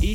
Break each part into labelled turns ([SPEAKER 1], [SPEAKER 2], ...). [SPEAKER 1] 一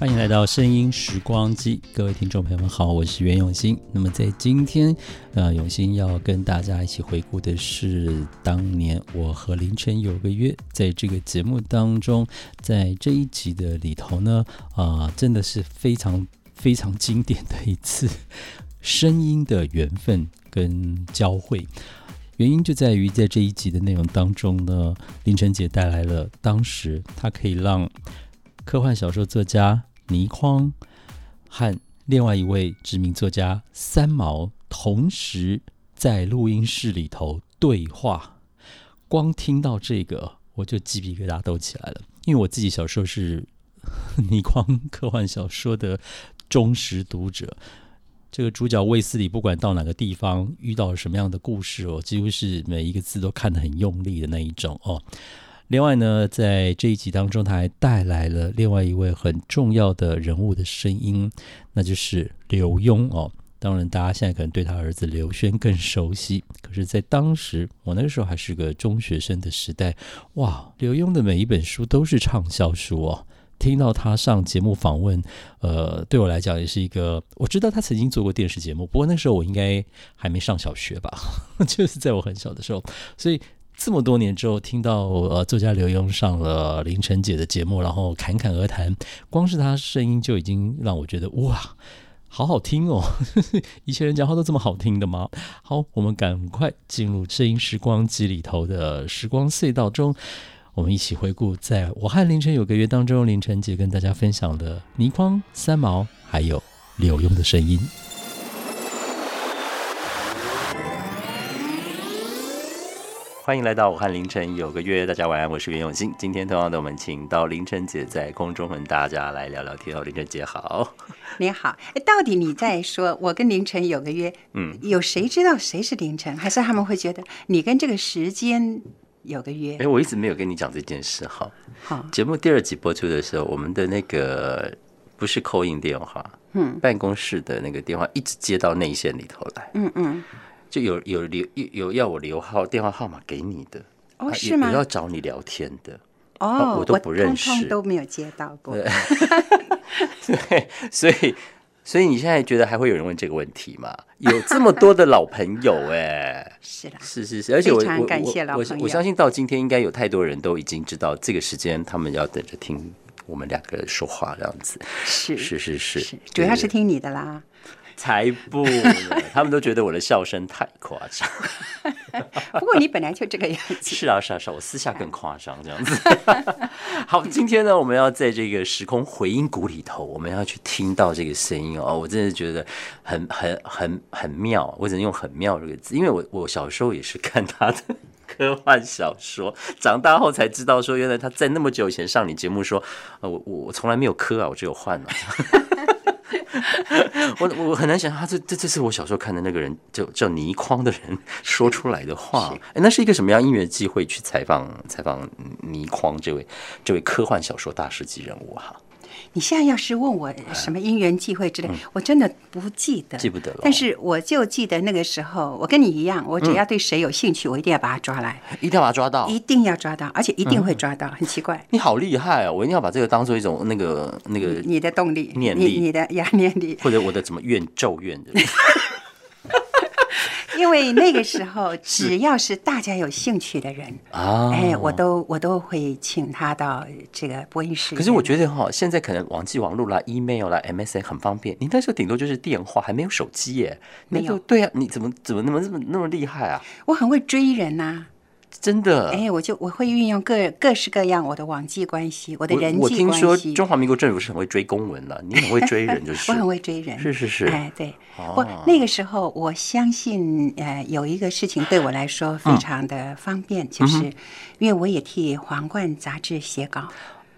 [SPEAKER 2] 欢迎来到声音时光机，各位听众朋友们好，我是袁永新。那么在今天，呃，永新要跟大家一起回顾的是当年我和凌晨有个约，在这个节目当中，在这一集的里头呢，啊、真的是非常非常经典的一次声音的缘分跟交汇。原因就在于在这一集的内容当中呢，凌晨姐带来了当时她可以让科幻小说作家倪匡和另外一位知名作家三毛同时在录音室里头对话。光听到这个，我就鸡皮疙瘩都起来了，因为我自己小时候是 倪匡科幻小说的忠实读者。这个主角卫斯理，不管到哪个地方遇到了什么样的故事哦，几乎是每一个字都看得很用力的那一种哦。另外呢，在这一集当中，他还带来了另外一位很重要的人物的声音，那就是刘墉哦。当然，大家现在可能对他儿子刘轩更熟悉，可是，在当时我那个时候还是个中学生的时代，哇，刘墉的每一本书都是畅销书哦。听到他上节目访问，呃，对我来讲也是一个，我知道他曾经做过电视节目，不过那时候我应该还没上小学吧， 就是在我很小的时候，所以这么多年之后，听到呃作家刘墉上了凌晨姐的节目，然后侃侃而谈，光是他声音就已经让我觉得哇，好好听哦！ 以前人讲话都这么好听的吗？好，我们赶快进入声音时光机里头的时光隧道中。我们一起回顾，在我和凌晨有个约当中，凌晨姐跟大家分享的倪匡、三毛还有柳庸的声音。欢迎来到武汉凌晨有个约，大家晚安，我是袁永新。今天同样的，我们请到凌晨姐在空中跟大家来聊聊天哦。凌晨姐好，
[SPEAKER 3] 你好，哎到 底你在说我跟凌晨有个约，
[SPEAKER 2] 嗯，
[SPEAKER 3] 有谁知道谁是凌晨？还是他们会觉得你跟这个时间有个约？
[SPEAKER 2] 哎，我一直没有跟你讲这件事哈。
[SPEAKER 3] 好，
[SPEAKER 2] 节目第二集播出的时候，我们的那个不是扣印电话，
[SPEAKER 3] 嗯
[SPEAKER 2] 办公室的那个电话一直接到内线里头来，
[SPEAKER 3] 嗯嗯，
[SPEAKER 2] 就有有留有有要我留号电话号码给你的，
[SPEAKER 3] 哦，
[SPEAKER 2] 啊
[SPEAKER 3] 是
[SPEAKER 2] 有
[SPEAKER 3] 吗
[SPEAKER 2] 有？要找你聊天的，
[SPEAKER 3] 哦，
[SPEAKER 2] 啊我都不认识呃
[SPEAKER 3] 通通都没有接到过。
[SPEAKER 2] 对，所以所以你现在觉得还会有人问这个问题吗？有这么多的老朋友哎、
[SPEAKER 3] 是啦，
[SPEAKER 2] 是是是，而且我
[SPEAKER 3] 非常
[SPEAKER 2] 我
[SPEAKER 3] 感谢老
[SPEAKER 2] 我
[SPEAKER 3] 朋
[SPEAKER 2] 我
[SPEAKER 3] 友
[SPEAKER 2] 我相信到今天应该有太多人都已经知道这个时间他们要等着听我们两个说话这样子，
[SPEAKER 3] 是
[SPEAKER 2] 是是是，
[SPEAKER 3] 嗯是，主要是
[SPEAKER 2] 对
[SPEAKER 3] 听你的啦。
[SPEAKER 2] 才不呢，他们都觉得我的笑声太夸张。
[SPEAKER 3] 不过你本来就这个样 子。
[SPEAKER 2] 是啊，是啊，是啊，我私下更夸张这样子。 好，今天呢，我们要在这个时空回音谷里头，我们要去听到这个声音哦，我真的觉得很很很很妙，我只能用“很妙”这个字，因为我我小时候也是看他的。科幻小说，长大后才知道说，原来他在那么久以前上你节目说，呃，我我我从来没有科啊，我只有幻啊。我我很难想象他这这这是我小时候看的那个人叫叫倪匡的人 说出来的话。哎，那是一个什么样音乐机会去采访采访倪匡这位这位科幻小说大师级人物哈、
[SPEAKER 3] 你现在要是问我什么因缘际会之类，我真的不记
[SPEAKER 2] 嗯
[SPEAKER 3] 得，
[SPEAKER 2] 记不得了嗯
[SPEAKER 3] 但是我就记得那个时候，我跟你一样，我只要对谁有兴趣，我一定要把他抓来，
[SPEAKER 2] 一定要把他抓到
[SPEAKER 3] 一。定要
[SPEAKER 2] 嗯
[SPEAKER 3] 抓到，而且一定会抓到，很奇怪。
[SPEAKER 2] 你好厉害哦！我一定要把这个当做一种那个那个，
[SPEAKER 3] 你的动力，
[SPEAKER 2] 念力
[SPEAKER 3] 你你的呀 念力，
[SPEAKER 2] 或者我的怎么怨咒怨的。
[SPEAKER 3] 因为那个 时候只要是大家有兴趣的人，
[SPEAKER 2] 啊，
[SPEAKER 3] 哎，我都我都会请他到这个播音室。
[SPEAKER 2] 可是我觉得哈，现在可能网际网络啦、email 啦、MSN 很方便。你那时候顶多就是电话，还没有手机耶。那
[SPEAKER 3] 没有
[SPEAKER 2] 时候对啊，你怎么怎么那么那么那么厉害啊？
[SPEAKER 3] 我很会追人呐、
[SPEAKER 2] 真的。
[SPEAKER 3] 哎，我就我会运用各各式各样我的网际关系，我的
[SPEAKER 2] 我
[SPEAKER 3] 人
[SPEAKER 2] 我
[SPEAKER 3] 际
[SPEAKER 2] 听说
[SPEAKER 3] 关系，
[SPEAKER 2] 中华民国政府是很会追公文的，你很会追人，就是
[SPEAKER 3] 我很会追人。
[SPEAKER 2] 是是是
[SPEAKER 3] 哎，对，
[SPEAKER 2] 哦
[SPEAKER 3] 我那个时候我相信，呃，有一个事情对我来
[SPEAKER 2] 嗯
[SPEAKER 3] 说非常的方便，就是因为我也替《皇冠》杂志写稿。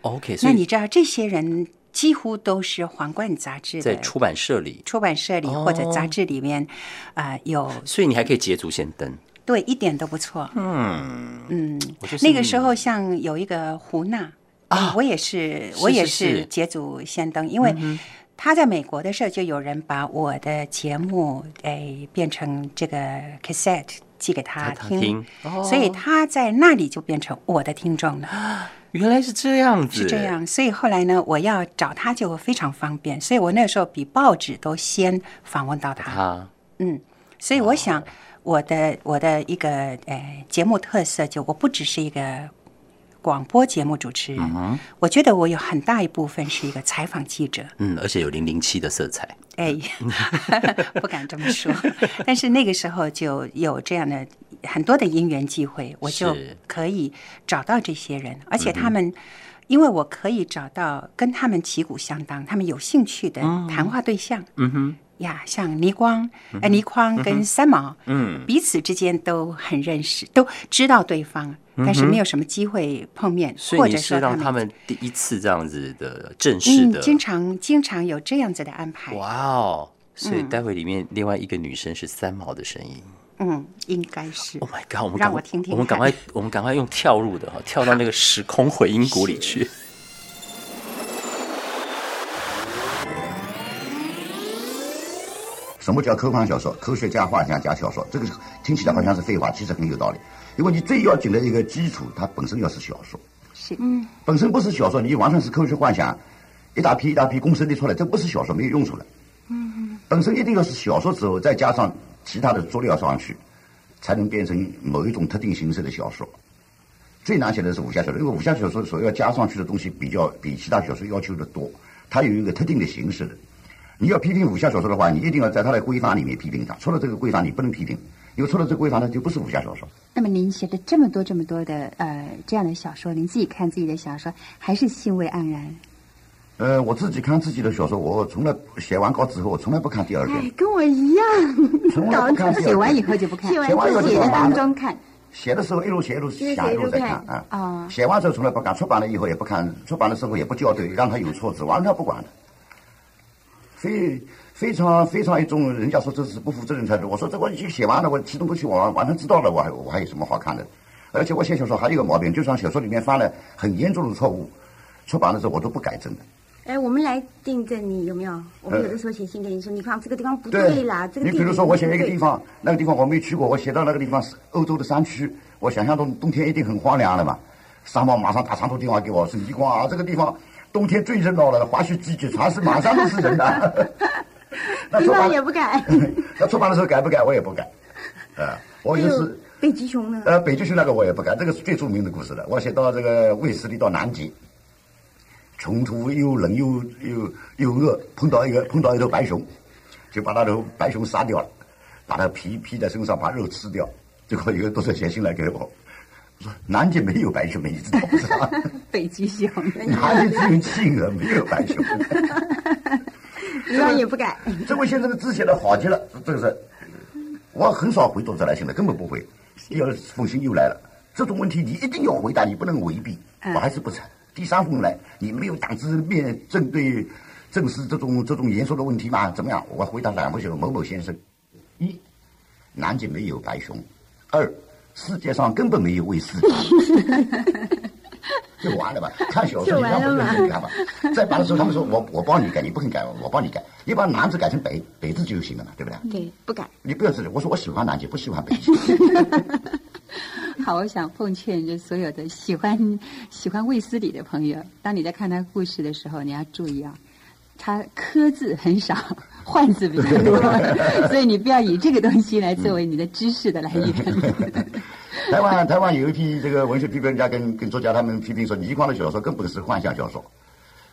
[SPEAKER 2] OK，所
[SPEAKER 3] 那
[SPEAKER 2] 以
[SPEAKER 3] 你知道这些人几乎都是皇冠杂志
[SPEAKER 1] 在
[SPEAKER 3] 的
[SPEAKER 1] 出版社里，
[SPEAKER 3] 出版社里
[SPEAKER 1] 哦
[SPEAKER 3] 或者杂志里面，啊，有
[SPEAKER 1] 所以你还可以捷足先登。
[SPEAKER 3] 对一点都不错。
[SPEAKER 1] 嗯，
[SPEAKER 3] 嗯，
[SPEAKER 1] 我就是
[SPEAKER 3] 那个时候像有一个胡娜嗯
[SPEAKER 1] 啊
[SPEAKER 3] 我也是
[SPEAKER 1] 是
[SPEAKER 3] 我也
[SPEAKER 1] 是嗯
[SPEAKER 3] 是
[SPEAKER 1] 是
[SPEAKER 3] 捷足先登，因为他在美国的时候就有人把我的节目诶变成这个 cassette 寄给他
[SPEAKER 1] 他他
[SPEAKER 3] 听。
[SPEAKER 1] 听，哦
[SPEAKER 3] 所以他在那里就变成我的听众了，
[SPEAKER 1] 原来是这样子，
[SPEAKER 3] 是这。样。所以后来呢，我要找他就非常方便，所以我那时候比报纸都先访问到他。
[SPEAKER 2] 啊
[SPEAKER 1] 他
[SPEAKER 3] 嗯，所以我想我的我的一个呃节目特色就我不只是一个广播节目主持人，我觉得我有很大一部分是一个采访记者。
[SPEAKER 1] 嗯，而且有零零七的色彩，
[SPEAKER 3] 哎， 不敢这么说，但是那个时候就有这样的很多的因缘际会，我就是可以找到这些人，而且
[SPEAKER 1] 嗯
[SPEAKER 3] 他们。因为我可以找到跟他们旗鼓相当、他们有兴趣的谈话对象，
[SPEAKER 1] 嗯哼，
[SPEAKER 3] 呀，像倪光、呃倪匡跟三毛，
[SPEAKER 1] 嗯，
[SPEAKER 3] 彼此之间都很认识，都知道对方，但是没有什么机会碰面，
[SPEAKER 1] 嗯所
[SPEAKER 3] 或
[SPEAKER 1] 以你
[SPEAKER 3] 者
[SPEAKER 1] 是
[SPEAKER 3] 说
[SPEAKER 1] 让他
[SPEAKER 3] 们
[SPEAKER 1] 们第一次这样子的正式
[SPEAKER 3] 嗯，
[SPEAKER 1] 的，
[SPEAKER 3] 经常经常有这样子的安排，
[SPEAKER 1] 哇哦！所以待会里面另外一个女生是三毛的声音
[SPEAKER 3] 嗯，应该是
[SPEAKER 1] ，Oh my god！我们
[SPEAKER 3] 让
[SPEAKER 1] 赶
[SPEAKER 3] 我听听
[SPEAKER 1] 我们赶快我们赶快用跳入的哈，跳到那个时空回音谷里去。
[SPEAKER 4] 什么叫科幻小说？科学家、幻想加小说，这个是听起来好像是废话，其实很有道理。因为你最要紧的一个基础，它本身要是小说，
[SPEAKER 3] 是，
[SPEAKER 4] 本身不是小说，你完全是科学幻想，一大批一大批公式列出来，这不是小说，没有用处了。嗯，本身一定要是小说之后，再加上其他的佐料上去，才能变成某一种特定形式的小说。最难写的是武侠小说，因为武侠小说所要加上去的东西比较比其他小说要求的多，它有一个特定的形式的。你要批评武侠小说的话，你一定要在它的规范里面批评它，除了这个规范你不能批评，因为除了这个规范它就不是武侠小说。
[SPEAKER 5] 那么您写的这么多这么多的呃这样的小说，您自己看自己的小说还是兴味盎然？
[SPEAKER 4] 呃，我自己看自己的小说，我从来写完稿之后，我从来不看第二遍。
[SPEAKER 5] 哎跟我一样，
[SPEAKER 4] 从来不看第二遍
[SPEAKER 5] 写完以后就不看，
[SPEAKER 4] 写完以后就不看
[SPEAKER 5] 写的当中看。
[SPEAKER 4] 写的时候一路写一路想，一路在看啊。
[SPEAKER 5] 啊
[SPEAKER 4] 写完之后从来不看，出版了以后也不看，出版的时候也不校对，让他有错字，完全不管的。非非常非常一种，人家说这是不负责任态度。我说这我已经写完了，我其中东西我完全知道了，我还我还有什么好看的？而且我写小说还有一个毛病，就算小说里面犯了很严重的错误，出版的时候我都不改正的。
[SPEAKER 6] 哎，我们来订正你有没有？我们有的时候写信给你说，你看这个地方不对啦，这个
[SPEAKER 4] 呃你比
[SPEAKER 6] 地
[SPEAKER 4] 如说，我写一个地
[SPEAKER 6] 方，
[SPEAKER 4] 方，那个地方我没去过，我写到那个地方是欧洲的山区，我想象中冬天一定很荒凉了嘛。沙漠马上打长途电话给我，说倪光啊，这个地方冬天最热闹了，滑雪季节全是马上都是人的。 那
[SPEAKER 6] 地
[SPEAKER 4] 出
[SPEAKER 6] 方
[SPEAKER 4] 版
[SPEAKER 6] 也不改。
[SPEAKER 4] 那出版的时候改不改？我也不改。啊，我
[SPEAKER 6] 还
[SPEAKER 4] 就
[SPEAKER 6] 有
[SPEAKER 4] 是
[SPEAKER 6] 北极熊呢，
[SPEAKER 4] 呃，北极熊那个我也不改，这个是最著名的故事了。我写到这个卫斯理到南极，穷途又冷又又又饿，碰到一个碰到一头白熊，就把那头白熊杀掉了，把它皮披在身上，把肉吃掉。结果有个读者写信来给我，说南极没有白熊，你知道不知道？
[SPEAKER 5] 北极熊，
[SPEAKER 4] 南极只有企鹅，没有白熊。
[SPEAKER 6] 地方也不改。
[SPEAKER 4] 这位先生的字写的好极了，这个是，我很少回读者来信的，根本不回。第二封信又来了，这种问题你一定要回答，你不能回避。
[SPEAKER 6] 嗯
[SPEAKER 4] 我还是不成。第三封来，你没有胆子面正对正视这种这种严肃的问题吗？怎么样？我回答两位先生某某先生，一，南极没有白熊；二，世界上根本没有卫斯 理。就完了吧，看小说
[SPEAKER 6] 就
[SPEAKER 4] 你
[SPEAKER 6] 完
[SPEAKER 4] 让
[SPEAKER 6] 了
[SPEAKER 4] 我
[SPEAKER 6] 吧
[SPEAKER 4] 认真看吧。再把的时候，他们说我我帮你改，你不肯改，我帮你改。你把南字改成北，北字就行了嘛，对不对？
[SPEAKER 5] 对，
[SPEAKER 6] 不改，
[SPEAKER 4] 你不要自己，我说我喜欢南极，不喜欢 北极。
[SPEAKER 5] 好，我想奉劝这所有的喜欢喜欢卫斯理的朋友，当你在看他故事的时候，你要注意啊，他科字很少，换字比较多，所以你不要以这个东西来作为你的知识的来源。
[SPEAKER 4] 台湾台湾有一批这个文学批评家跟跟作家他们批评说，倪匡的小说根本是幻想小说，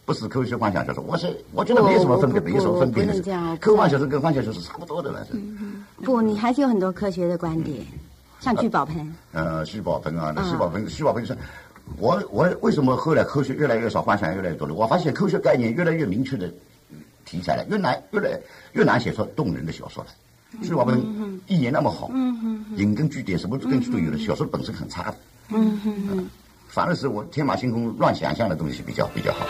[SPEAKER 4] 不是科学幻想小说。我是我觉得没有什么分别，
[SPEAKER 6] 不
[SPEAKER 4] 没有什么分别
[SPEAKER 6] 哦不能这样我不
[SPEAKER 4] 科幻小说跟幻想小说是差不多的了。是
[SPEAKER 6] 不，你还是有很多科学的观点，像聚宝盆，
[SPEAKER 4] 呃，徐宝鹏啊，那徐宝鹏，徐宝鹏是，我我为什么后来科学越来越少，幻想越来越多了？我发现科学概念越来越明确的嗯题材了，越难越来越难写出动人的小说来。徐宝鹏一言那么好，引根据点，什么根据都有了，小说本身很差的。嗯反而是我天马行空、乱想象的东西比较比较好。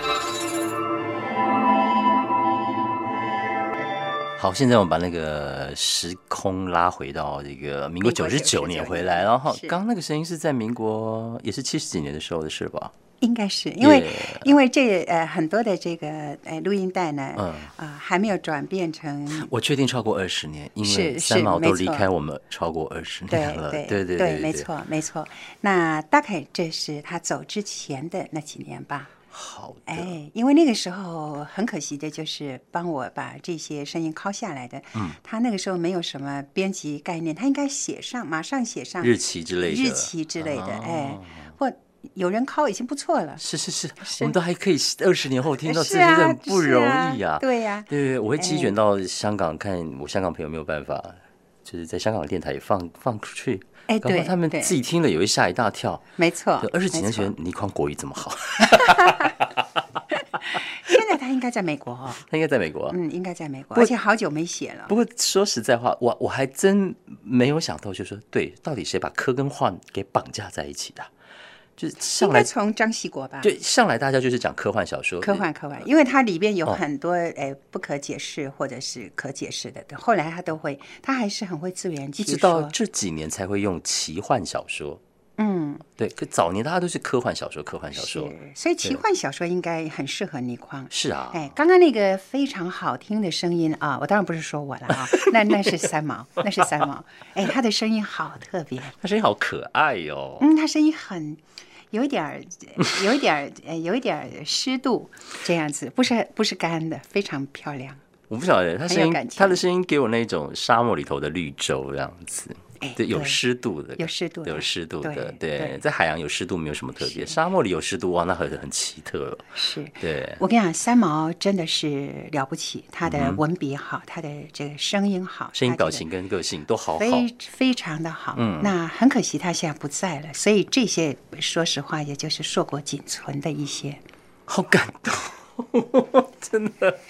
[SPEAKER 2] 好，现在我们把那个时空拉回到这个民国
[SPEAKER 3] 民国
[SPEAKER 2] 九十九
[SPEAKER 3] 99
[SPEAKER 2] 年
[SPEAKER 3] 年
[SPEAKER 2] 回来，然后
[SPEAKER 3] 是
[SPEAKER 2] 刚刚那个声音是在民国也是七十几年的时候的事吧？
[SPEAKER 3] 应该是因为
[SPEAKER 2] Yeah
[SPEAKER 3] 因为这呃很多的这个呃录音带呢，
[SPEAKER 2] 嗯
[SPEAKER 3] 啊、还没有转变成
[SPEAKER 2] 我确定超过二十年，因为
[SPEAKER 3] 是
[SPEAKER 2] 三毛
[SPEAKER 3] 是没
[SPEAKER 2] 都
[SPEAKER 3] 错
[SPEAKER 2] 离开我们超过二十年了。
[SPEAKER 3] 对
[SPEAKER 2] 对
[SPEAKER 3] 对
[SPEAKER 2] 对，
[SPEAKER 3] 没。错没错。那大概这是他走之前的那几年吧。
[SPEAKER 2] 好的，
[SPEAKER 3] 哎，因为那个时候很可惜的就是帮我把这些声音拷下来的，嗯，他那个时候没有什么编辑概念，他应该写上，马上写上
[SPEAKER 2] 日期之类的，
[SPEAKER 3] 日期之类的，哎
[SPEAKER 2] 哦，
[SPEAKER 3] 或有人拷已经不错了。
[SPEAKER 2] 是是是，我们都还可以二十年后听到这
[SPEAKER 3] 是
[SPEAKER 2] 些，
[SPEAKER 3] 啊
[SPEAKER 2] 很不
[SPEAKER 3] 是
[SPEAKER 2] 容
[SPEAKER 3] 啊哎
[SPEAKER 2] 易啊。
[SPEAKER 3] 对呀
[SPEAKER 2] 对，我会机卷到香港看，我香港朋友没有办法，就是在香港电台也放放出去。
[SPEAKER 3] 哎
[SPEAKER 2] 搞不好
[SPEAKER 3] 对
[SPEAKER 2] 他们
[SPEAKER 3] 对
[SPEAKER 2] 自己听了也会吓一大跳。
[SPEAKER 3] 没错
[SPEAKER 2] 就，二十几年
[SPEAKER 3] 啊没错
[SPEAKER 2] 前，倪匡国语这么好，
[SPEAKER 3] 现在他应该在美 国哦，
[SPEAKER 2] 他应该在美国啊。
[SPEAKER 3] 嗯，应该在美国，而且好久没写了
[SPEAKER 2] 不。过说实在话，我我还真没有想到，就是说对，到底谁把科跟幻给绑架在一起的啊？就是上
[SPEAKER 3] 应该
[SPEAKER 2] 来
[SPEAKER 3] 从张系国吧？
[SPEAKER 2] 对上来大家就是讲科幻小说，
[SPEAKER 3] 科幻科幻，因为它里边有
[SPEAKER 2] 哦
[SPEAKER 3] 很多哎不可解释或者是可解释的，后来他都会，他还是很会自圆
[SPEAKER 2] 一
[SPEAKER 3] 其
[SPEAKER 2] 直
[SPEAKER 3] 说。
[SPEAKER 2] 到这几年才会用奇幻小说。
[SPEAKER 3] 嗯，
[SPEAKER 2] 对，可早年大家都是科幻小说，科幻小说
[SPEAKER 3] 是，所以奇幻小说应该很适合倪匡。
[SPEAKER 2] 是啊，
[SPEAKER 3] 哎，刚刚那个非常好听的声音啊，我当然不是说我了啊，那那是三毛，那是三毛。哎，他的声音好特别，
[SPEAKER 2] 他声音好可爱哟、哦。
[SPEAKER 3] 嗯，他声音很有一点儿，有一点儿，呃有一点儿湿度，这样子，不是不是干的，非常漂亮。
[SPEAKER 2] 我不晓得他
[SPEAKER 3] 很有
[SPEAKER 2] 声音
[SPEAKER 3] 感，情
[SPEAKER 2] 他的声音给我那种沙漠里头的绿洲这样子
[SPEAKER 3] 哎。
[SPEAKER 2] 对，有
[SPEAKER 3] 对
[SPEAKER 2] 湿度的，
[SPEAKER 3] 有湿度的
[SPEAKER 2] 有湿度的，
[SPEAKER 3] 对
[SPEAKER 2] 对，
[SPEAKER 3] 对
[SPEAKER 2] 在海洋有湿度没有什么特别，沙漠里有湿度哇，那很很奇特哦，
[SPEAKER 3] 是，
[SPEAKER 2] 对，
[SPEAKER 3] 我跟你讲，三毛真的是了不起，他的文笔好，他的这个声音好，
[SPEAKER 2] 嗯声音、
[SPEAKER 3] 他这
[SPEAKER 2] 表
[SPEAKER 3] 个
[SPEAKER 2] 情跟个性都好好，
[SPEAKER 3] 非非常的好。
[SPEAKER 2] 嗯
[SPEAKER 3] 那很可惜他现在不在了，所以这些说实话，也就是硕果仅存的一些，
[SPEAKER 2] 好感动。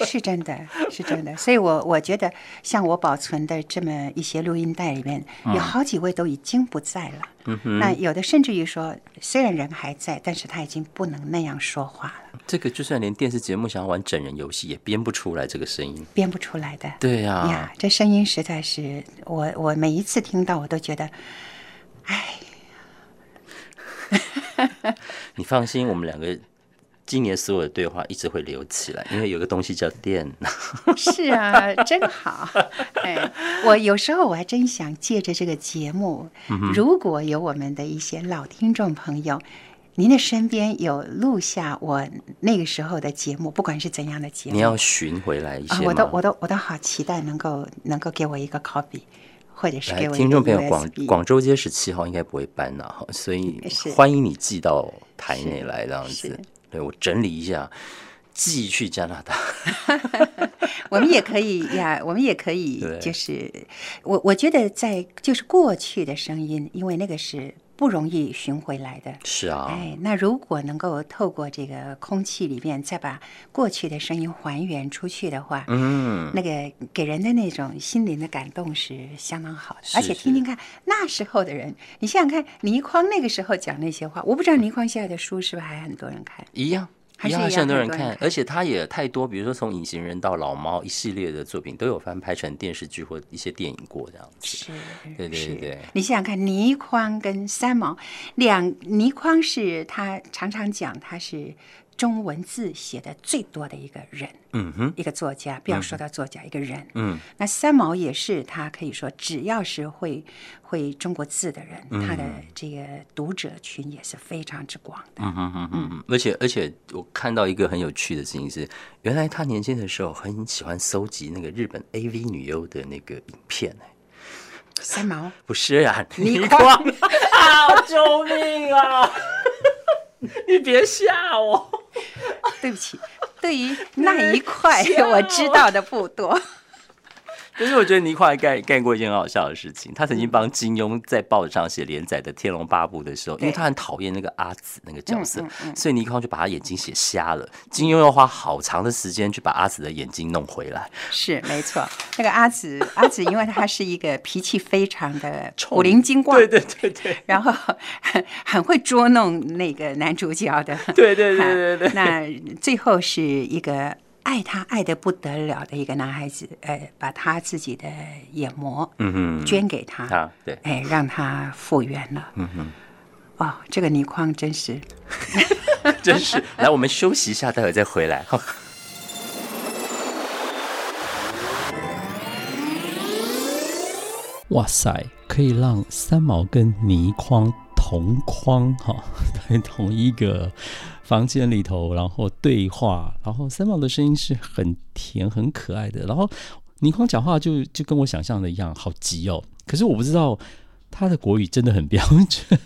[SPEAKER 3] 是真的，是真的。所以我我觉得，像我保存的这么一些录音带里面，有好几位都已经不在了。那有的甚至于说，虽然人还在，但是他已经不能那样说话了，
[SPEAKER 2] 这个就算连电视节目想要玩整人游戏，也编不出来这个声音。
[SPEAKER 3] 编不出来的。
[SPEAKER 2] 对啊呀、
[SPEAKER 3] 呀，这声音实在是，我我每一次听到我都觉得，哎，
[SPEAKER 2] 你放心，我们两个今年所有的对话一直会留起来，因为有个东西叫电脑。
[SPEAKER 3] 是啊，真 好。哎，我有时候我还真想借着这个节目，
[SPEAKER 2] 嗯
[SPEAKER 3] 如果有我们的一些老听众朋友。您的身边有录下我那个时候的节目，不管是怎样的节目，
[SPEAKER 2] 你要寻回来一些
[SPEAKER 3] 啊，
[SPEAKER 2] 吗？
[SPEAKER 3] 我都我都我都好期待能够能够给我一个 copy，或者是
[SPEAKER 2] 来
[SPEAKER 3] 给，我一个
[SPEAKER 2] 听众朋友，广
[SPEAKER 3] USB
[SPEAKER 2] 广州街十七号应该不会搬了哈，所以
[SPEAKER 3] 是
[SPEAKER 2] 欢迎你寄到台内来这样子
[SPEAKER 3] 是。
[SPEAKER 2] 对我整理一下，寄去加拿大。
[SPEAKER 3] 我们也可以呀，我们也可以
[SPEAKER 2] 对，
[SPEAKER 3] 就是我我觉得在就是过去的声音，因为那个是不容易寻回来的。
[SPEAKER 2] 是啊，
[SPEAKER 3] 哎，那如果能够透过这个空气里面再把过去的声音还原出去的话，
[SPEAKER 2] 嗯，
[SPEAKER 3] 那个给人的那种心灵的感动是相当好的。
[SPEAKER 2] 是
[SPEAKER 3] 而且听听看那时候的人，你想想看，倪匡那个时候讲那些话，我不知道倪匡现在的书是不是还很多人看。
[SPEAKER 2] 一样。
[SPEAKER 3] 还是
[SPEAKER 2] 还
[SPEAKER 3] 一
[SPEAKER 2] 是
[SPEAKER 3] 样
[SPEAKER 2] 很多
[SPEAKER 3] 很
[SPEAKER 2] 人
[SPEAKER 3] 多人
[SPEAKER 2] 看，
[SPEAKER 3] 看
[SPEAKER 2] 而且他也太多，比如说从《隐形人》到《老猫》一系列的作品都有翻拍成电视剧或一些电影过这样子。
[SPEAKER 3] 是，嗯
[SPEAKER 2] 对对
[SPEAKER 3] 是
[SPEAKER 2] 对对
[SPEAKER 3] 你想想看，倪匡跟三毛两，倪匡是他常常讲他是中文字写的最多的一个人，
[SPEAKER 2] 嗯哼，
[SPEAKER 3] 一个作家，不要说他作家，一个人。
[SPEAKER 2] 嗯，
[SPEAKER 3] 那三毛也是，他可以说只要是会会中国字的人，
[SPEAKER 2] 嗯
[SPEAKER 3] 他的这个读者群也是非常之广的。
[SPEAKER 2] 嗯嗯嗯嗯，而且而且我看到一个很有趣的事情是，原来他年轻的时候很喜欢搜集那个日本 AV 女优的那个影片、哎
[SPEAKER 3] 三毛，
[SPEAKER 2] 不是啊，
[SPEAKER 3] 倪
[SPEAKER 2] 你
[SPEAKER 3] 匡
[SPEAKER 2] 啊！救命啊！你别吓我！
[SPEAKER 3] 对不起，对于那一块我知道的不多。
[SPEAKER 2] 可是我觉得倪匡还干干过一件很好笑的事情，他曾经帮金庸在报纸上写连载的《天龙八部》的时候，因为他很讨厌那个阿紫那个角色，所以倪匡就把他眼睛写瞎了。金庸要花好长的时间去把阿紫的眼睛弄回来。
[SPEAKER 3] 是没错，那个阿紫，阿紫，因为她是一个脾气非常 的
[SPEAKER 2] 冲
[SPEAKER 3] 古灵精怪，
[SPEAKER 2] 对对对对。
[SPEAKER 3] 然后很很会捉 弄那个男主角的，
[SPEAKER 2] 对对对对对
[SPEAKER 3] 那最后是一个爱他爱的不得了的一个男孩子，呃，把他自己的眼膜，
[SPEAKER 2] 嗯哼
[SPEAKER 3] 捐给他，
[SPEAKER 2] 啊，对，
[SPEAKER 3] 哎，让他复原了。嗯哼，哦，这个倪匡真是
[SPEAKER 2] 真是。来，我们休息一下，待会儿再回来。
[SPEAKER 1] 哇塞，可以让三毛跟倪匡同框哈、 在同一个房间里头，然后对话，然后三毛的声音是很甜很可爱的，然后倪匡讲话就就跟我想象的一样，好急哦。可是我不知道他的国语真的很标准。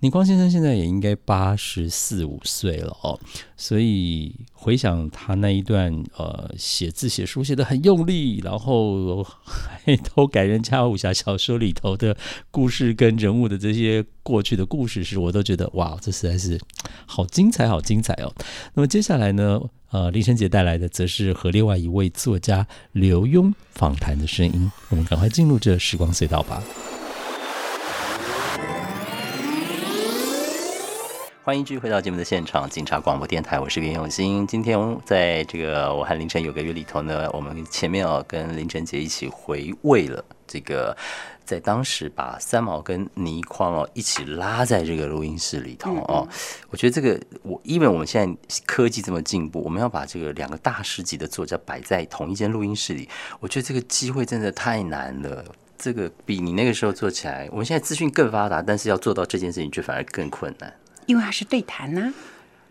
[SPEAKER 1] 倪匡先生现在也应该八十四五岁了哦，所以回想他那一段呃写字写书写的很用力，然后还偷改人家武侠小说里头的故事跟人物的这些过去的故事时，我都觉得哇，这实在是好精彩，好精彩哦。那么接下来呢，呃，林晨姐带来的则是和另外一位作家刘墉访谈的声音，我们赶快进入这时光隧道吧。
[SPEAKER 2] 欢迎继续回到节目的现场，警察广播电台，我是袁永新。今天在这个我和凌晨有个月里头呢，我们前面哦跟凌晨姐一起回味了这个，在当时把三毛跟倪匡哦一起拉在这个录音室里头哦，我觉得这个我因为我们现在科技这么进步，我们要把这个两个大师级的作家摆在同一间录音室里，我觉得这个机会真的太难了。这个比你那个时候做起来，我们现在资讯更发达，但是要做到这件事情却反而更困难。
[SPEAKER 3] 因为他是对谈呐、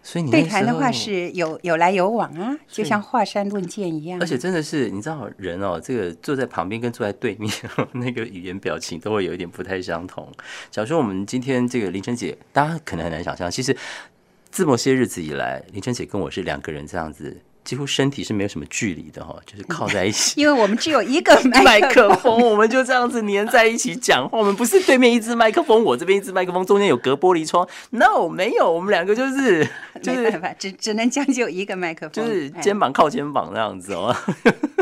[SPEAKER 2] 所以你那
[SPEAKER 3] 对谈的话
[SPEAKER 2] 时候
[SPEAKER 3] 是有有来有往啊，就像华山论剑一样。
[SPEAKER 2] 而且真的是，你知道人哦，这个坐在旁边跟坐在对面，那个语言表情都会有一点不太相同。假如说我们今天这个林晨姐，大家可能很难想象，其实自某些日子以来，林晨姐跟我是两个人这样子，几乎身体是没有什么距离的哈、哦，就是靠在一起。
[SPEAKER 3] 因为我们只有一个
[SPEAKER 2] 麦
[SPEAKER 3] 麦克
[SPEAKER 2] 克风，我们就这样子粘在一起讲话。我们不是对面一只麦克风，我这边一只麦克风，中间有隔玻璃窗。No，没有，我们两个就是就
[SPEAKER 3] 没
[SPEAKER 2] 是
[SPEAKER 3] 办法，只只能将就一个麦克
[SPEAKER 2] 就
[SPEAKER 3] 风，
[SPEAKER 2] 是
[SPEAKER 3] 哎
[SPEAKER 2] 肩膀靠肩膀那样子哦，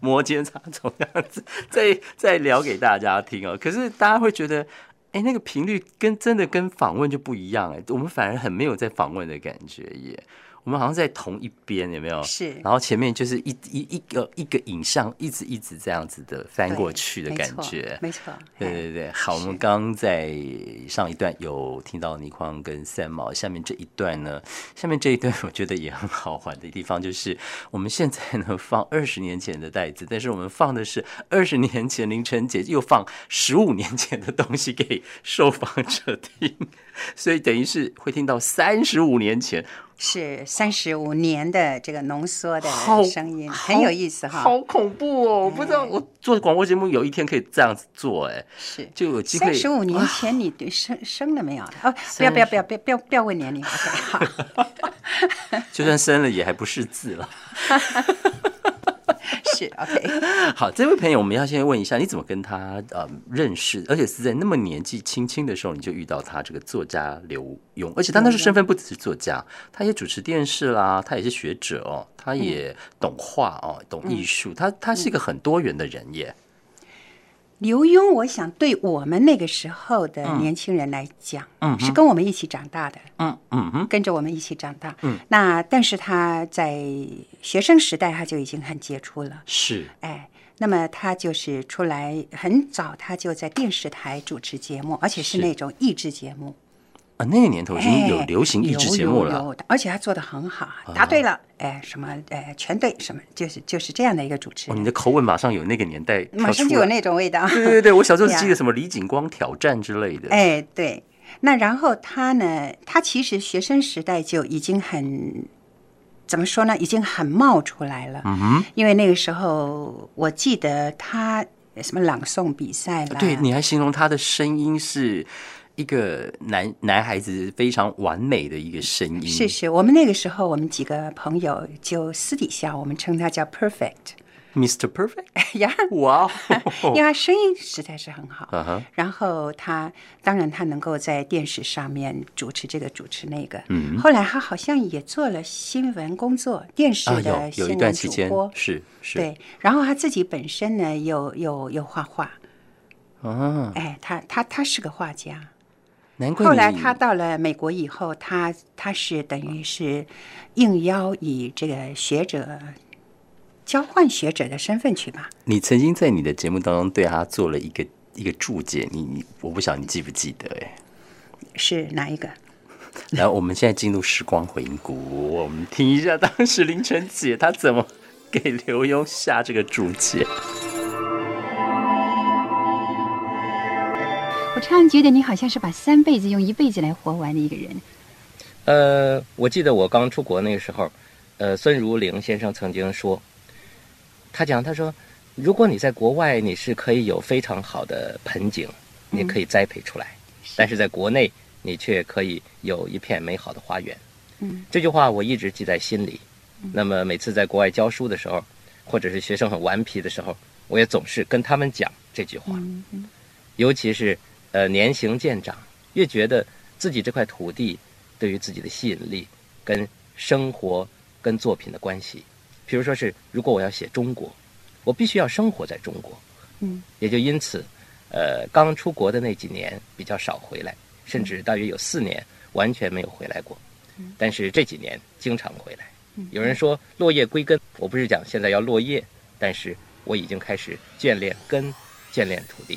[SPEAKER 2] 摩肩擦踵那样子，再再聊给大家听哦。可是大家会觉得，哎，那个频率跟真的跟访问就不一样哎，我们反而很没有在访问的感觉耶。我们好像在同一边，有没有？
[SPEAKER 3] 是
[SPEAKER 2] 然后前面就是一一一个一个影像，一直一直这样子的翻
[SPEAKER 3] 哎对
[SPEAKER 2] 过去的
[SPEAKER 3] 没
[SPEAKER 2] 感
[SPEAKER 3] 错
[SPEAKER 2] 觉。呃
[SPEAKER 3] 没错，
[SPEAKER 2] 对
[SPEAKER 3] 哎
[SPEAKER 2] 对对，好，我们
[SPEAKER 3] 是
[SPEAKER 2] 刚刚在上一段有听到倪匡跟三毛，下面这一段呢，下面这一段我觉得也很好玩的地方，就是我们现在呢放 二十年前的袋子，但是我们放的是二十年前凌晨姐又放十五年前的东西给受访者听， 所以等于是会听到三十五年前，
[SPEAKER 3] 是三十五年的这个浓缩的
[SPEAKER 2] 好
[SPEAKER 3] 声音，很有意思哈。哎
[SPEAKER 2] 好恐怖哦！我不知道我做广播节目有一天可以这样子做，哎，
[SPEAKER 3] 是
[SPEAKER 2] 就有机会
[SPEAKER 3] 三十五年前你对生生了没有？哦，不要不要不要不要不要不要问年龄，OK，好，
[SPEAKER 2] 就算生了也还不识字了。
[SPEAKER 3] 是 OK。
[SPEAKER 2] 好，这位朋友，我们要先问一下，你怎么跟他呃认识？而且是在那么年纪轻轻的时候，你就遇到他这个作家刘墉，而且他那时
[SPEAKER 3] 嗯
[SPEAKER 2] 候身份不只是作家，他也主持电视啦，他也是学者哦，他
[SPEAKER 3] 嗯
[SPEAKER 2] 也懂画哦，懂艺术，他他是一个很多元的人耶。
[SPEAKER 3] 刘墉，我想对我们那个时候的年轻人来讲，
[SPEAKER 2] 嗯嗯哼
[SPEAKER 3] 是跟我们一起长大的，
[SPEAKER 2] 嗯嗯哼，
[SPEAKER 3] 跟着我们一起长大。
[SPEAKER 2] 嗯，
[SPEAKER 3] 那但是他在学生时代他就已经很杰出了，
[SPEAKER 2] 是
[SPEAKER 3] 哎，那么他就是出来很早，他就在电视台主持节目，而且是
[SPEAKER 2] 是
[SPEAKER 3] 那种益智节目。
[SPEAKER 2] 啊，那个年头已经有
[SPEAKER 3] 哎
[SPEAKER 2] 流行益智节目
[SPEAKER 3] 有有
[SPEAKER 2] 了，啊
[SPEAKER 3] 有而且他做的很好，答对了，哎，什么，哎，全对，什么，就是就是这样的一个主持
[SPEAKER 2] 哦，你
[SPEAKER 3] 人，
[SPEAKER 2] 的口吻马上有那个年代
[SPEAKER 3] 马
[SPEAKER 2] 跳
[SPEAKER 3] 上
[SPEAKER 2] 出
[SPEAKER 3] 就有
[SPEAKER 2] 来。
[SPEAKER 3] 那种味道。
[SPEAKER 2] 对对对，我小时候只记
[SPEAKER 3] 对
[SPEAKER 2] 得
[SPEAKER 3] 啊
[SPEAKER 2] 什么李景光挑战之类的。
[SPEAKER 3] 哎，对，那然后他呢，他其实学生时代就已经很。怎么说呢？已经很冒出来了，
[SPEAKER 2] 嗯哼，
[SPEAKER 3] 因为那个时候我记得他什么朗诵比赛啦，
[SPEAKER 2] 啊对，你还形容他的声音是一个男男孩子非常完美的一个声音，
[SPEAKER 3] 是是，我们那个时候我们几个朋友就私底下我们称他叫 Perfect，
[SPEAKER 2] Mr. Perfect。
[SPEAKER 3] 哎呀，
[SPEAKER 2] 哇哦，
[SPEAKER 3] 因为他声音实在是很好，
[SPEAKER 2] 啊哈，
[SPEAKER 3] 然后他当然他能够在电视上面主持这个主持那个，
[SPEAKER 2] 嗯
[SPEAKER 3] 后来他好像也做了新闻工作，电 视
[SPEAKER 2] 啊
[SPEAKER 3] 的
[SPEAKER 2] 有有一
[SPEAKER 3] 新
[SPEAKER 2] 段
[SPEAKER 3] 闻
[SPEAKER 2] 期
[SPEAKER 3] 主
[SPEAKER 2] 间
[SPEAKER 3] 播，
[SPEAKER 2] 是是
[SPEAKER 3] 对，然后他自己本身呢有有有画画，
[SPEAKER 2] 啊，
[SPEAKER 3] 哎，他他他是个画家，
[SPEAKER 2] 难怪
[SPEAKER 3] 后来
[SPEAKER 2] 你
[SPEAKER 3] 他到了美国以后，他他是等于是应邀以这个学者交换学者的身份去吧。
[SPEAKER 2] 你曾经在你的节目当中对他做了一个一个注解，你你我不晓得你记不记得哎、
[SPEAKER 3] 是哪一个？
[SPEAKER 2] 然后我们现在进入时光回音谷，我们听一下当时凌晨姐她怎么给刘墉下这个注解。
[SPEAKER 5] 我突然觉得你好像是把三辈子用一辈子来活完的一个人。
[SPEAKER 7] 呃，我记得我刚出国那个时候，呃，孙如龄先生曾经说，他讲他说，如果你在国外，你是可以有非常好的盆景，你可以栽培出来，但是在国内，你却可以有一片美好的花园。
[SPEAKER 5] 嗯，
[SPEAKER 7] 这句话我一直记在心里。那么每次在国外教书的时候，或者是学生很顽皮的时候，我也总是跟他们讲这句话。尤其是呃年行渐长，越觉得自己这块土地对于自己的吸引力跟生活跟作品的关系。比如说是，如果我要写中国，我必须要生活在中国。
[SPEAKER 5] 嗯，
[SPEAKER 7] 也就因此，呃，刚出国的那几年比较少回来，甚至大约有四年完全没有回来过。但是这几年经常回来。有人说落叶归根，我不是讲现在要落叶，但是我已经开始眷恋根，眷恋土地。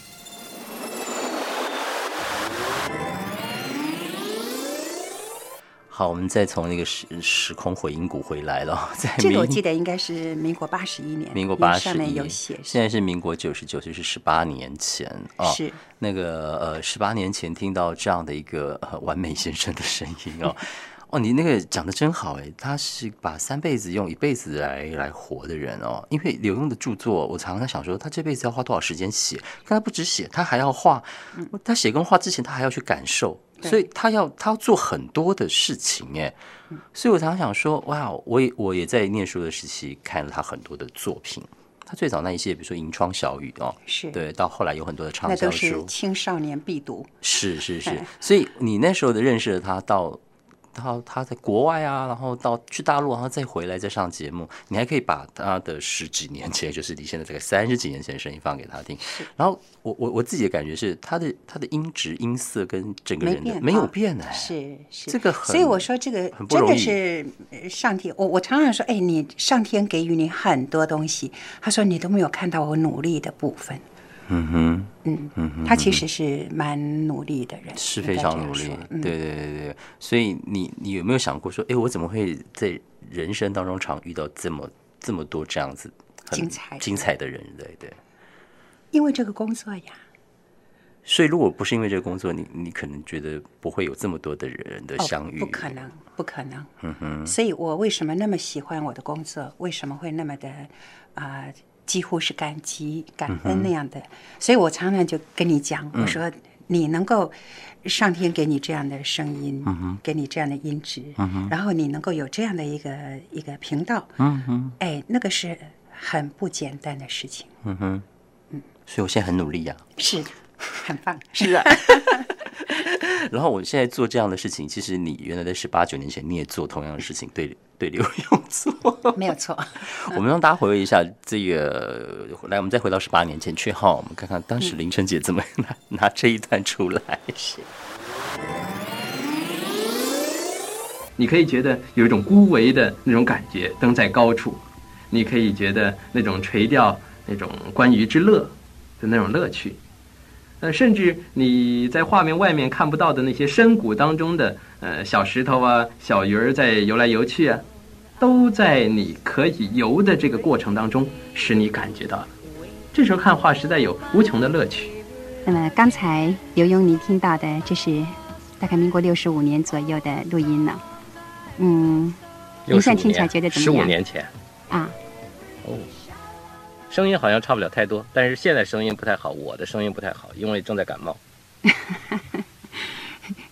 [SPEAKER 2] 好，我们再从那个时时空回音谷回来了，在
[SPEAKER 3] 这
[SPEAKER 2] 民
[SPEAKER 3] 个我记得应该是民国八十一年，
[SPEAKER 2] 民国
[SPEAKER 3] 因为
[SPEAKER 2] 八十
[SPEAKER 3] 上面有
[SPEAKER 2] 一，
[SPEAKER 3] 写
[SPEAKER 2] 现在是民国九十九，就是十八年前啊。
[SPEAKER 3] 是
[SPEAKER 2] 那个呃，十八年前听到这样的一个、呃、完美先生的声音哦，哦，你那个讲的真好哎，他是把三辈子用一辈子来来活的人哦，因为刘墉的著作，我常常想说，他这辈子要花多少时间写？但他不止写，他还要画，他写跟画之前，他还要去感受，
[SPEAKER 3] 对
[SPEAKER 2] 所以他要他要做很多的事情哎，所以我常常想说，哇，我也我也在念书的时期看了他很多的作品。他最早那一些，比如说《银窗小雨》哦，
[SPEAKER 3] 是
[SPEAKER 2] 对，到后来有很多的畅
[SPEAKER 3] 那
[SPEAKER 2] 销
[SPEAKER 3] 都
[SPEAKER 2] 书
[SPEAKER 3] 是，青少年必读。
[SPEAKER 2] 是是是
[SPEAKER 3] 哎，
[SPEAKER 2] 所以你那时候的认识了他到。他他在国外啊，然后到去大陆，然后再回来再上节目，你还可以把他的十几年前， 就是离现在大概三十几年前的声音放给他听。然后我我我自己的感觉是，他的他的音质、音色跟整个
[SPEAKER 3] 没
[SPEAKER 2] 人的
[SPEAKER 3] 变
[SPEAKER 2] 没有
[SPEAKER 3] 啊
[SPEAKER 2] 变哎、
[SPEAKER 3] 是是，
[SPEAKER 2] 这个
[SPEAKER 3] 所以
[SPEAKER 2] 很
[SPEAKER 3] 我说这个
[SPEAKER 2] 很不
[SPEAKER 3] 真
[SPEAKER 2] 容
[SPEAKER 3] 的
[SPEAKER 2] 易
[SPEAKER 3] 是呃上天，我我常常说，哎，你上天给予你很多东西，他说你都没有看到我努力的部分，
[SPEAKER 2] 嗯哼，
[SPEAKER 3] 嗯，
[SPEAKER 2] 嗯哼，
[SPEAKER 3] 他其实是蛮努力的人，
[SPEAKER 2] 是
[SPEAKER 3] 应
[SPEAKER 2] 非
[SPEAKER 3] 该
[SPEAKER 2] 常
[SPEAKER 3] 这样
[SPEAKER 2] 努力
[SPEAKER 3] 说，
[SPEAKER 2] 对
[SPEAKER 3] 嗯，
[SPEAKER 2] 对对对，所以你你有没有想过说，哎，我怎么会在人生当中常遇到这么这么多这样子很
[SPEAKER 3] 精彩的
[SPEAKER 2] 精彩的人？对对。
[SPEAKER 3] 因为这个工作呀，
[SPEAKER 2] 所以如果不是因为这个工作，你你可能觉得不会有这么多的人的
[SPEAKER 3] 哦
[SPEAKER 2] 相遇，
[SPEAKER 3] 不可能，不可能，嗯哼，所以我为什么那么喜欢我的工作？为什么会那么的啊？几乎是感激、感
[SPEAKER 2] 嗯
[SPEAKER 3] 恩那样的，所以我常常就跟你讲，我说你能够上天给你这样的声音，
[SPEAKER 2] 嗯
[SPEAKER 3] 给你这样的音质，然后你能够有这样的一个一个频道，
[SPEAKER 2] 嗯哼，
[SPEAKER 3] 哎，那个是很不简单的事情，
[SPEAKER 2] 嗯哼，嗯，所以我现在很努力呀、
[SPEAKER 3] 是很棒，
[SPEAKER 2] 是啊。然后我现在做这样的事情，其实你原来在十八九年前你也做同样的事情，对对刘墉做。
[SPEAKER 3] 没有错。
[SPEAKER 2] 我们让大家回味一下这个，来，我们再回到十八年前去哈，我们看看当
[SPEAKER 3] 嗯
[SPEAKER 2] 时凌晨姐怎么拿、拿这一段出来。
[SPEAKER 8] 你可以觉得有一种孤维的那种感觉，登在高处；你可以觉得那种垂钓、那种观鱼之乐的那种乐趣。呃，甚至你在画面外面看不到的那些深谷当中的呃小石头啊、小鱼儿在游来游去啊，都在你可以游的这个过程当中，使你感觉到了。这时候看画实在有无穷的乐趣。
[SPEAKER 5] 那么刚才刘墉你听到的，这是大概民国六十五年左右的录音了。嗯，
[SPEAKER 7] 六
[SPEAKER 5] 您
[SPEAKER 7] 十
[SPEAKER 5] 现
[SPEAKER 7] 五
[SPEAKER 5] 在听起来觉得
[SPEAKER 7] 年，
[SPEAKER 5] 怎
[SPEAKER 7] 十
[SPEAKER 5] 么
[SPEAKER 7] 五
[SPEAKER 5] 样？
[SPEAKER 7] 年前哦
[SPEAKER 5] 啊，
[SPEAKER 7] 声音好像差不了太多，但是现在声音不太好，我的声音不太好，因为正在感冒。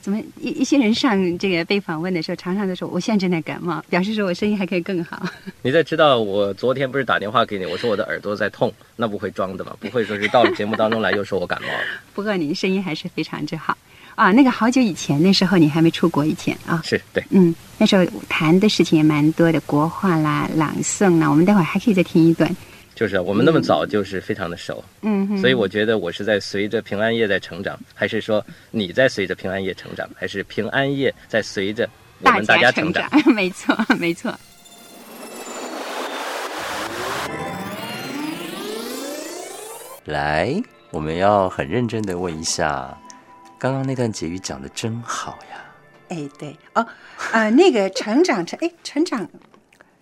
[SPEAKER 5] 怎么一一些人上这个被访问的时候，常常都说我现在正在感冒，表示说我声音还可以更好。
[SPEAKER 7] 你再知道我昨天不是打电话给你，我说我的耳朵在痛，那不会装的吧？不会说是到了节目当中来又说我感冒了。
[SPEAKER 5] 不过您声音还是非常之好啊。那个好久以前，那时候你还没出国以前啊，
[SPEAKER 7] 是对，
[SPEAKER 5] 嗯，那时候谈的事情也蛮多的，国画啦、朗诵啦，我们待会儿还可以再听一段。
[SPEAKER 7] 就是我们那么早就是非常的熟，
[SPEAKER 3] 嗯，
[SPEAKER 7] 所以我觉得我是在随着平安夜在成长，还是说你在随着平安夜成长，还是平安夜在随着我们大家
[SPEAKER 5] 成
[SPEAKER 7] 长？
[SPEAKER 5] 长， 没错，没错。
[SPEAKER 2] 来，我们要很认真的问一下，刚刚那段结语讲的真好呀。
[SPEAKER 3] 哎，对哦，呃，那个成长成哎成长，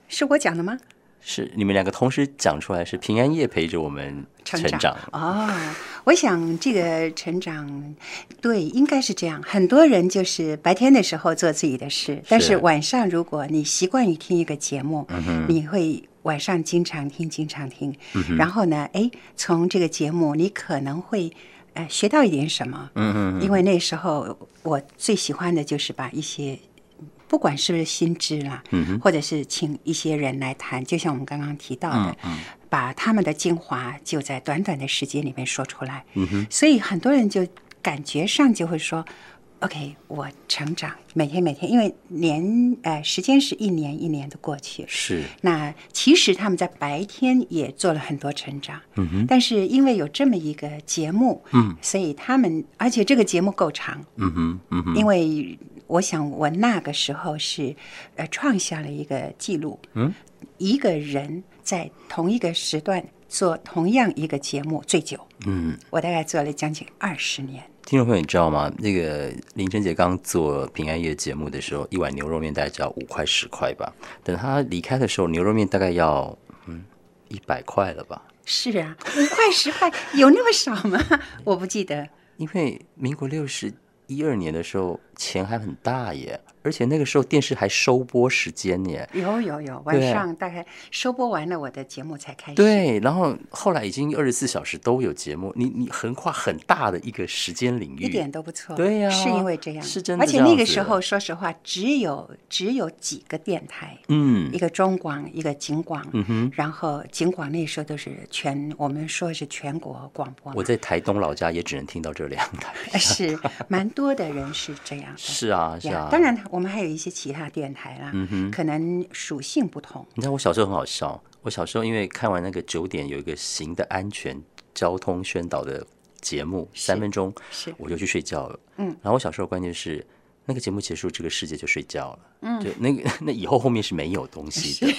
[SPEAKER 3] 是我讲的吗？
[SPEAKER 2] 是你们两个同时讲出来，是平安夜陪着我们
[SPEAKER 3] 成
[SPEAKER 2] 长。
[SPEAKER 3] 长哦，我想这个成长，对，应该是这样。很多人就是白天的时候做自己的事，但是晚上如果你习惯于听一个节目，
[SPEAKER 2] 嗯
[SPEAKER 3] 你会晚上经常听，经常听。然后呢，哎，从这个节目你可能会。呃，学到一点什么？
[SPEAKER 2] 嗯嗯
[SPEAKER 3] 因为那时候我最喜欢的就是把一些，不管是不是新知啦，
[SPEAKER 2] 嗯
[SPEAKER 3] 或者是请一些人来谈，就像我们刚刚提到的
[SPEAKER 2] 嗯，嗯
[SPEAKER 3] 把他们的精华就在短短的时间里面说出来，
[SPEAKER 2] 嗯哼，
[SPEAKER 3] 所以很多人就感觉上就会说，OK，我成长，每天每天，因为年呃时间是一年一年的过去，
[SPEAKER 2] 是
[SPEAKER 3] 那其实他们在白天也做了很多成长，
[SPEAKER 2] 嗯哼
[SPEAKER 3] 但是因为有这么一个节目，
[SPEAKER 2] 嗯，
[SPEAKER 3] 所以他们而且这个节目够长，
[SPEAKER 2] 嗯哼嗯哼，
[SPEAKER 3] 因
[SPEAKER 2] 为
[SPEAKER 3] 为我想我那个时候是，呃，创下了一个记录，
[SPEAKER 2] 嗯，
[SPEAKER 3] 一个人在同一个时段做同样一个节目最久，
[SPEAKER 2] 嗯。
[SPEAKER 3] 我大概做了将近二十年。
[SPEAKER 2] 听众朋友，你知道吗？那个林晨姐刚做平安夜节目的时候，一碗牛肉面大概只要五块十块吧。等她离开的时候，牛肉面大概要嗯一百块了吧？
[SPEAKER 3] 是啊，五块十块有那么少吗？ 我不记得。
[SPEAKER 2] 因为民国六十一二年的时候，钱还很大耶，而且那个时候电视还收播时间耶。
[SPEAKER 3] 有有有，晚上大概收播完了我的节目才开始。，
[SPEAKER 2] 对，然后后来已经二十四小时都有节目，你你横跨很大的一个时间领域，
[SPEAKER 3] 一点都不错。
[SPEAKER 2] 对呀
[SPEAKER 3] 是因为这样，
[SPEAKER 2] 是真的
[SPEAKER 3] 而且那
[SPEAKER 2] 这样
[SPEAKER 3] 个
[SPEAKER 2] 子
[SPEAKER 3] 时候，说实话，只有只有几个电台，
[SPEAKER 2] 嗯
[SPEAKER 3] 一个中广，一个警广，
[SPEAKER 2] 嗯哼，
[SPEAKER 3] 然后警广那时候都是全，我们说是全国广播嘛，
[SPEAKER 2] 我在台东老家也只能听到这两台。
[SPEAKER 3] 是蛮多的人是这样的。
[SPEAKER 2] 是啊，是
[SPEAKER 3] 呀
[SPEAKER 2] 啊，
[SPEAKER 3] 当。然我们还有一些其他电台啦，
[SPEAKER 2] 嗯哼
[SPEAKER 3] 可能属性不同。
[SPEAKER 2] 你知道我小时候很好笑，我小时候因为看完那个九点有一个行的安全交通宣导的节目，三分钟，
[SPEAKER 3] 是
[SPEAKER 2] 我就去睡觉了。
[SPEAKER 3] 嗯
[SPEAKER 2] 然后我小时候关键是那个节目结束，这个世界就睡觉了。嗯，就那个 那以后后面是没有东西的，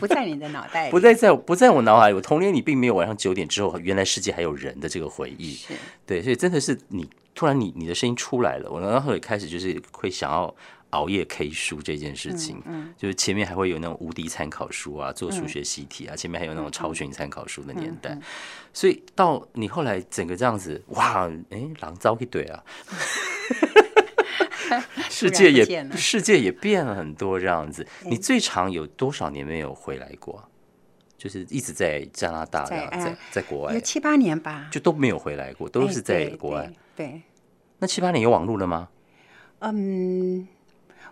[SPEAKER 3] 不在你的脑袋里，
[SPEAKER 2] 不再在不在我脑海里。我童年里并没有晚上九点之后，原来世界还有人的这个回忆。
[SPEAKER 3] 是
[SPEAKER 2] 对，所以真的是你突然你你的声音出来了，我然后也开始就是会想要熬夜 K 书这件事情，
[SPEAKER 3] 嗯
[SPEAKER 2] 就是前面还会有那种无敌参考书啊，做数学习题啊，前面还有那种
[SPEAKER 3] 嗯
[SPEAKER 2] 超群参考书的年代，所以到你后来整个这样子，哇，哎，狼糟一堆 啊。世界
[SPEAKER 3] 突然不见
[SPEAKER 2] 也
[SPEAKER 3] 了
[SPEAKER 2] 世界也变了很多这样子。
[SPEAKER 3] 哎
[SPEAKER 2] 你最长有多少年没有回来过？啊就是一直在加拿大，
[SPEAKER 3] 在
[SPEAKER 2] 然后
[SPEAKER 3] 哎
[SPEAKER 2] 在在国外啊
[SPEAKER 3] 有，七八年吧，
[SPEAKER 2] 就都没有回来过，都
[SPEAKER 3] 哎
[SPEAKER 2] 是在
[SPEAKER 3] 对
[SPEAKER 2] 国外
[SPEAKER 3] 对。对，
[SPEAKER 2] 那七八年有网络了吗？
[SPEAKER 3] 嗯，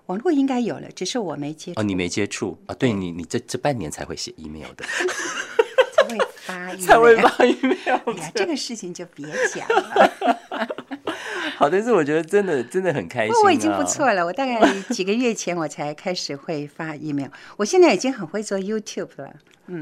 [SPEAKER 3] 网络应该有了，只是我没接触，
[SPEAKER 2] 哦，你没接触啊？对你，你这这半年才会写 email 的，
[SPEAKER 3] 才会 发音呀。
[SPEAKER 2] email
[SPEAKER 3] 哎呀，这个事情就别 讲了，
[SPEAKER 2] 好，但是我觉得真的真的很开心、
[SPEAKER 3] 不过
[SPEAKER 2] 啊。
[SPEAKER 3] 我已经不错了。我大概几个月前我才开始会发 email，我现在已经很会做 YouTube 了。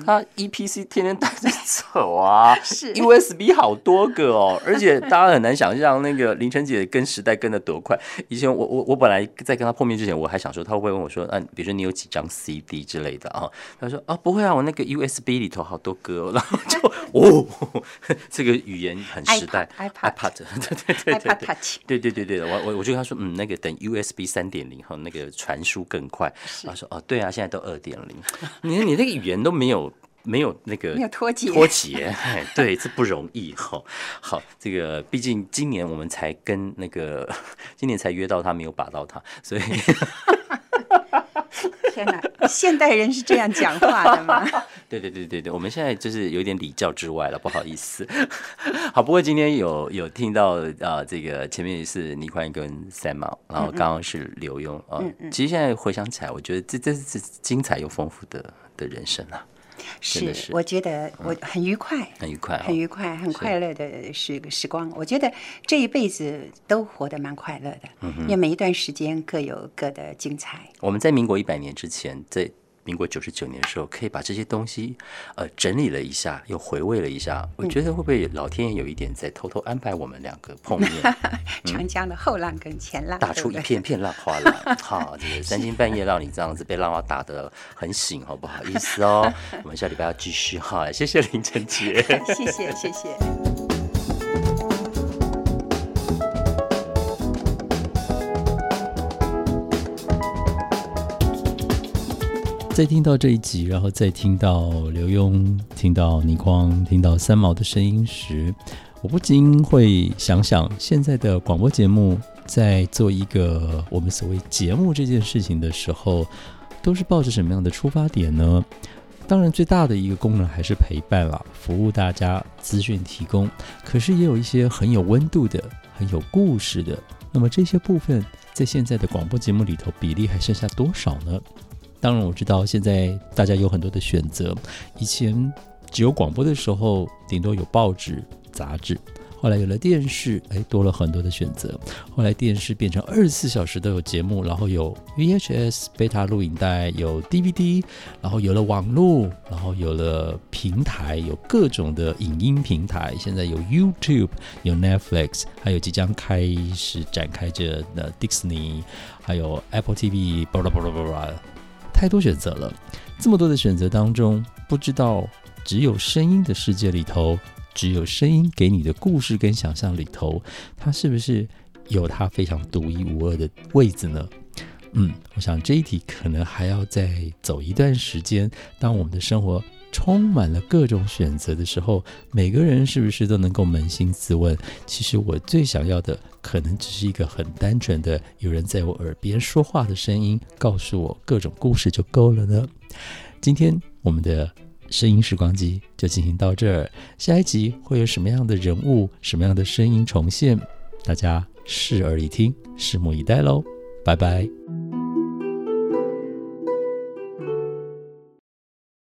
[SPEAKER 2] 他 EPC 天天带着走啊，
[SPEAKER 3] 是
[SPEAKER 2] USB 好多个哦，而且大家很难想象那个林晨姐跟时代跟的多快。以前我我我本来在跟她碰面之前，我还想说她会不会问我说，啊，比如说你有几张 CD 之类的啊？她说啊不会啊，我那个 USB 里头好多歌、哦，然后就哦， 这个语言很时代
[SPEAKER 3] iPod，iPod
[SPEAKER 2] iPad 对对对对
[SPEAKER 3] iPad
[SPEAKER 2] 对。
[SPEAKER 3] Touch
[SPEAKER 2] 对对对对，我我我就跟他说，嗯，那个等 USB 三点零后那个传输更快。他说，哦，对啊，现在都二点零， 你你那个语言都没有没有那个
[SPEAKER 3] 没有脱节
[SPEAKER 2] 脱节，哎，对，这不容易哈、好，这个毕竟今年我们才跟那个 今年才约到他，没有把到他，所以
[SPEAKER 3] 天哪， 现代人是这样讲话的吗？
[SPEAKER 2] 对对对对对，我们现在就是有点礼教之外了，不好意思。好，不过今天有有听到啊、呃这个前面是倪宽跟三毛，然后刚刚是刘墉啊、呃其实现在回想起来，我觉得这这是精彩又丰富的的人生啊，真的 是
[SPEAKER 3] 我觉得我很愉快。
[SPEAKER 2] 很愉快、哦，
[SPEAKER 3] 很愉快，很快乐的时时光。我觉得这一辈子都活得蛮快乐
[SPEAKER 2] 嗯
[SPEAKER 3] 的，因为每一段时间各有各的精彩。
[SPEAKER 2] 我们在民国一百年之前，在
[SPEAKER 9] 民国九十九年的时候，可以把这些东西呃整理了一下，又回味了一下。我觉得会不会老天爷有一点在偷偷安排我们两个碰面，
[SPEAKER 2] 嗯
[SPEAKER 3] 长江的后浪跟前浪，
[SPEAKER 9] 打出一
[SPEAKER 3] 对不对
[SPEAKER 9] 片片浪花 来？好，这个三更半夜让你这样子被浪花打得很醒，好不好意思 哦？我们下礼拜要继续哈，谢谢林晨姐。
[SPEAKER 3] 谢谢谢谢。
[SPEAKER 2] 在听到这一集，然后再听到刘墉、听到倪匡、听到三毛的声音时，我不禁会想想，现在的广播节目在做一个我们所谓节目这件事情的时候，都是抱着什么样的出发点呢？当然，最大的一个功能还是陪伴啦，服务大家，资讯提供。可是也有一些很有温度的、很有故事的。那么这些部分在现在的广播节目里头比例还剩下多少呢？当然，我知道现在大家有很多的选择。以前只有广播的时候，顶多有报纸、杂志。后来有了电视，哎，多了很多的选择。后来电视变成二十四小时都有节目，然后有 VHS、贝塔录影带，有 DVD，然后有了网络，然后有了平台，有各种的影音平台。现在有 YouTube，有 Netflix，还有即将开始展开着的 Disney，还有 Apple TV，巴拉巴拉巴拉，太多选择了。这么多的选择当中，不知道只有声音的世界里头，只有声音给你的故事跟想象里头，它是不是有它非常独一无二的位置呢？嗯，我想这一题可能还要再走一段时间。当我们的生活充满了各种选择的时候，每个人是不是都能够扪心自问？其实我最想要的，可能只是一个很单纯的有人在我耳边说话的声音，告诉我各种故事就够了呢。今天我们的声音时光机就进行到这儿，下一集会有什么样的人物、什么样的声音重现？大家拭耳以听，拭目以待喽，拜拜。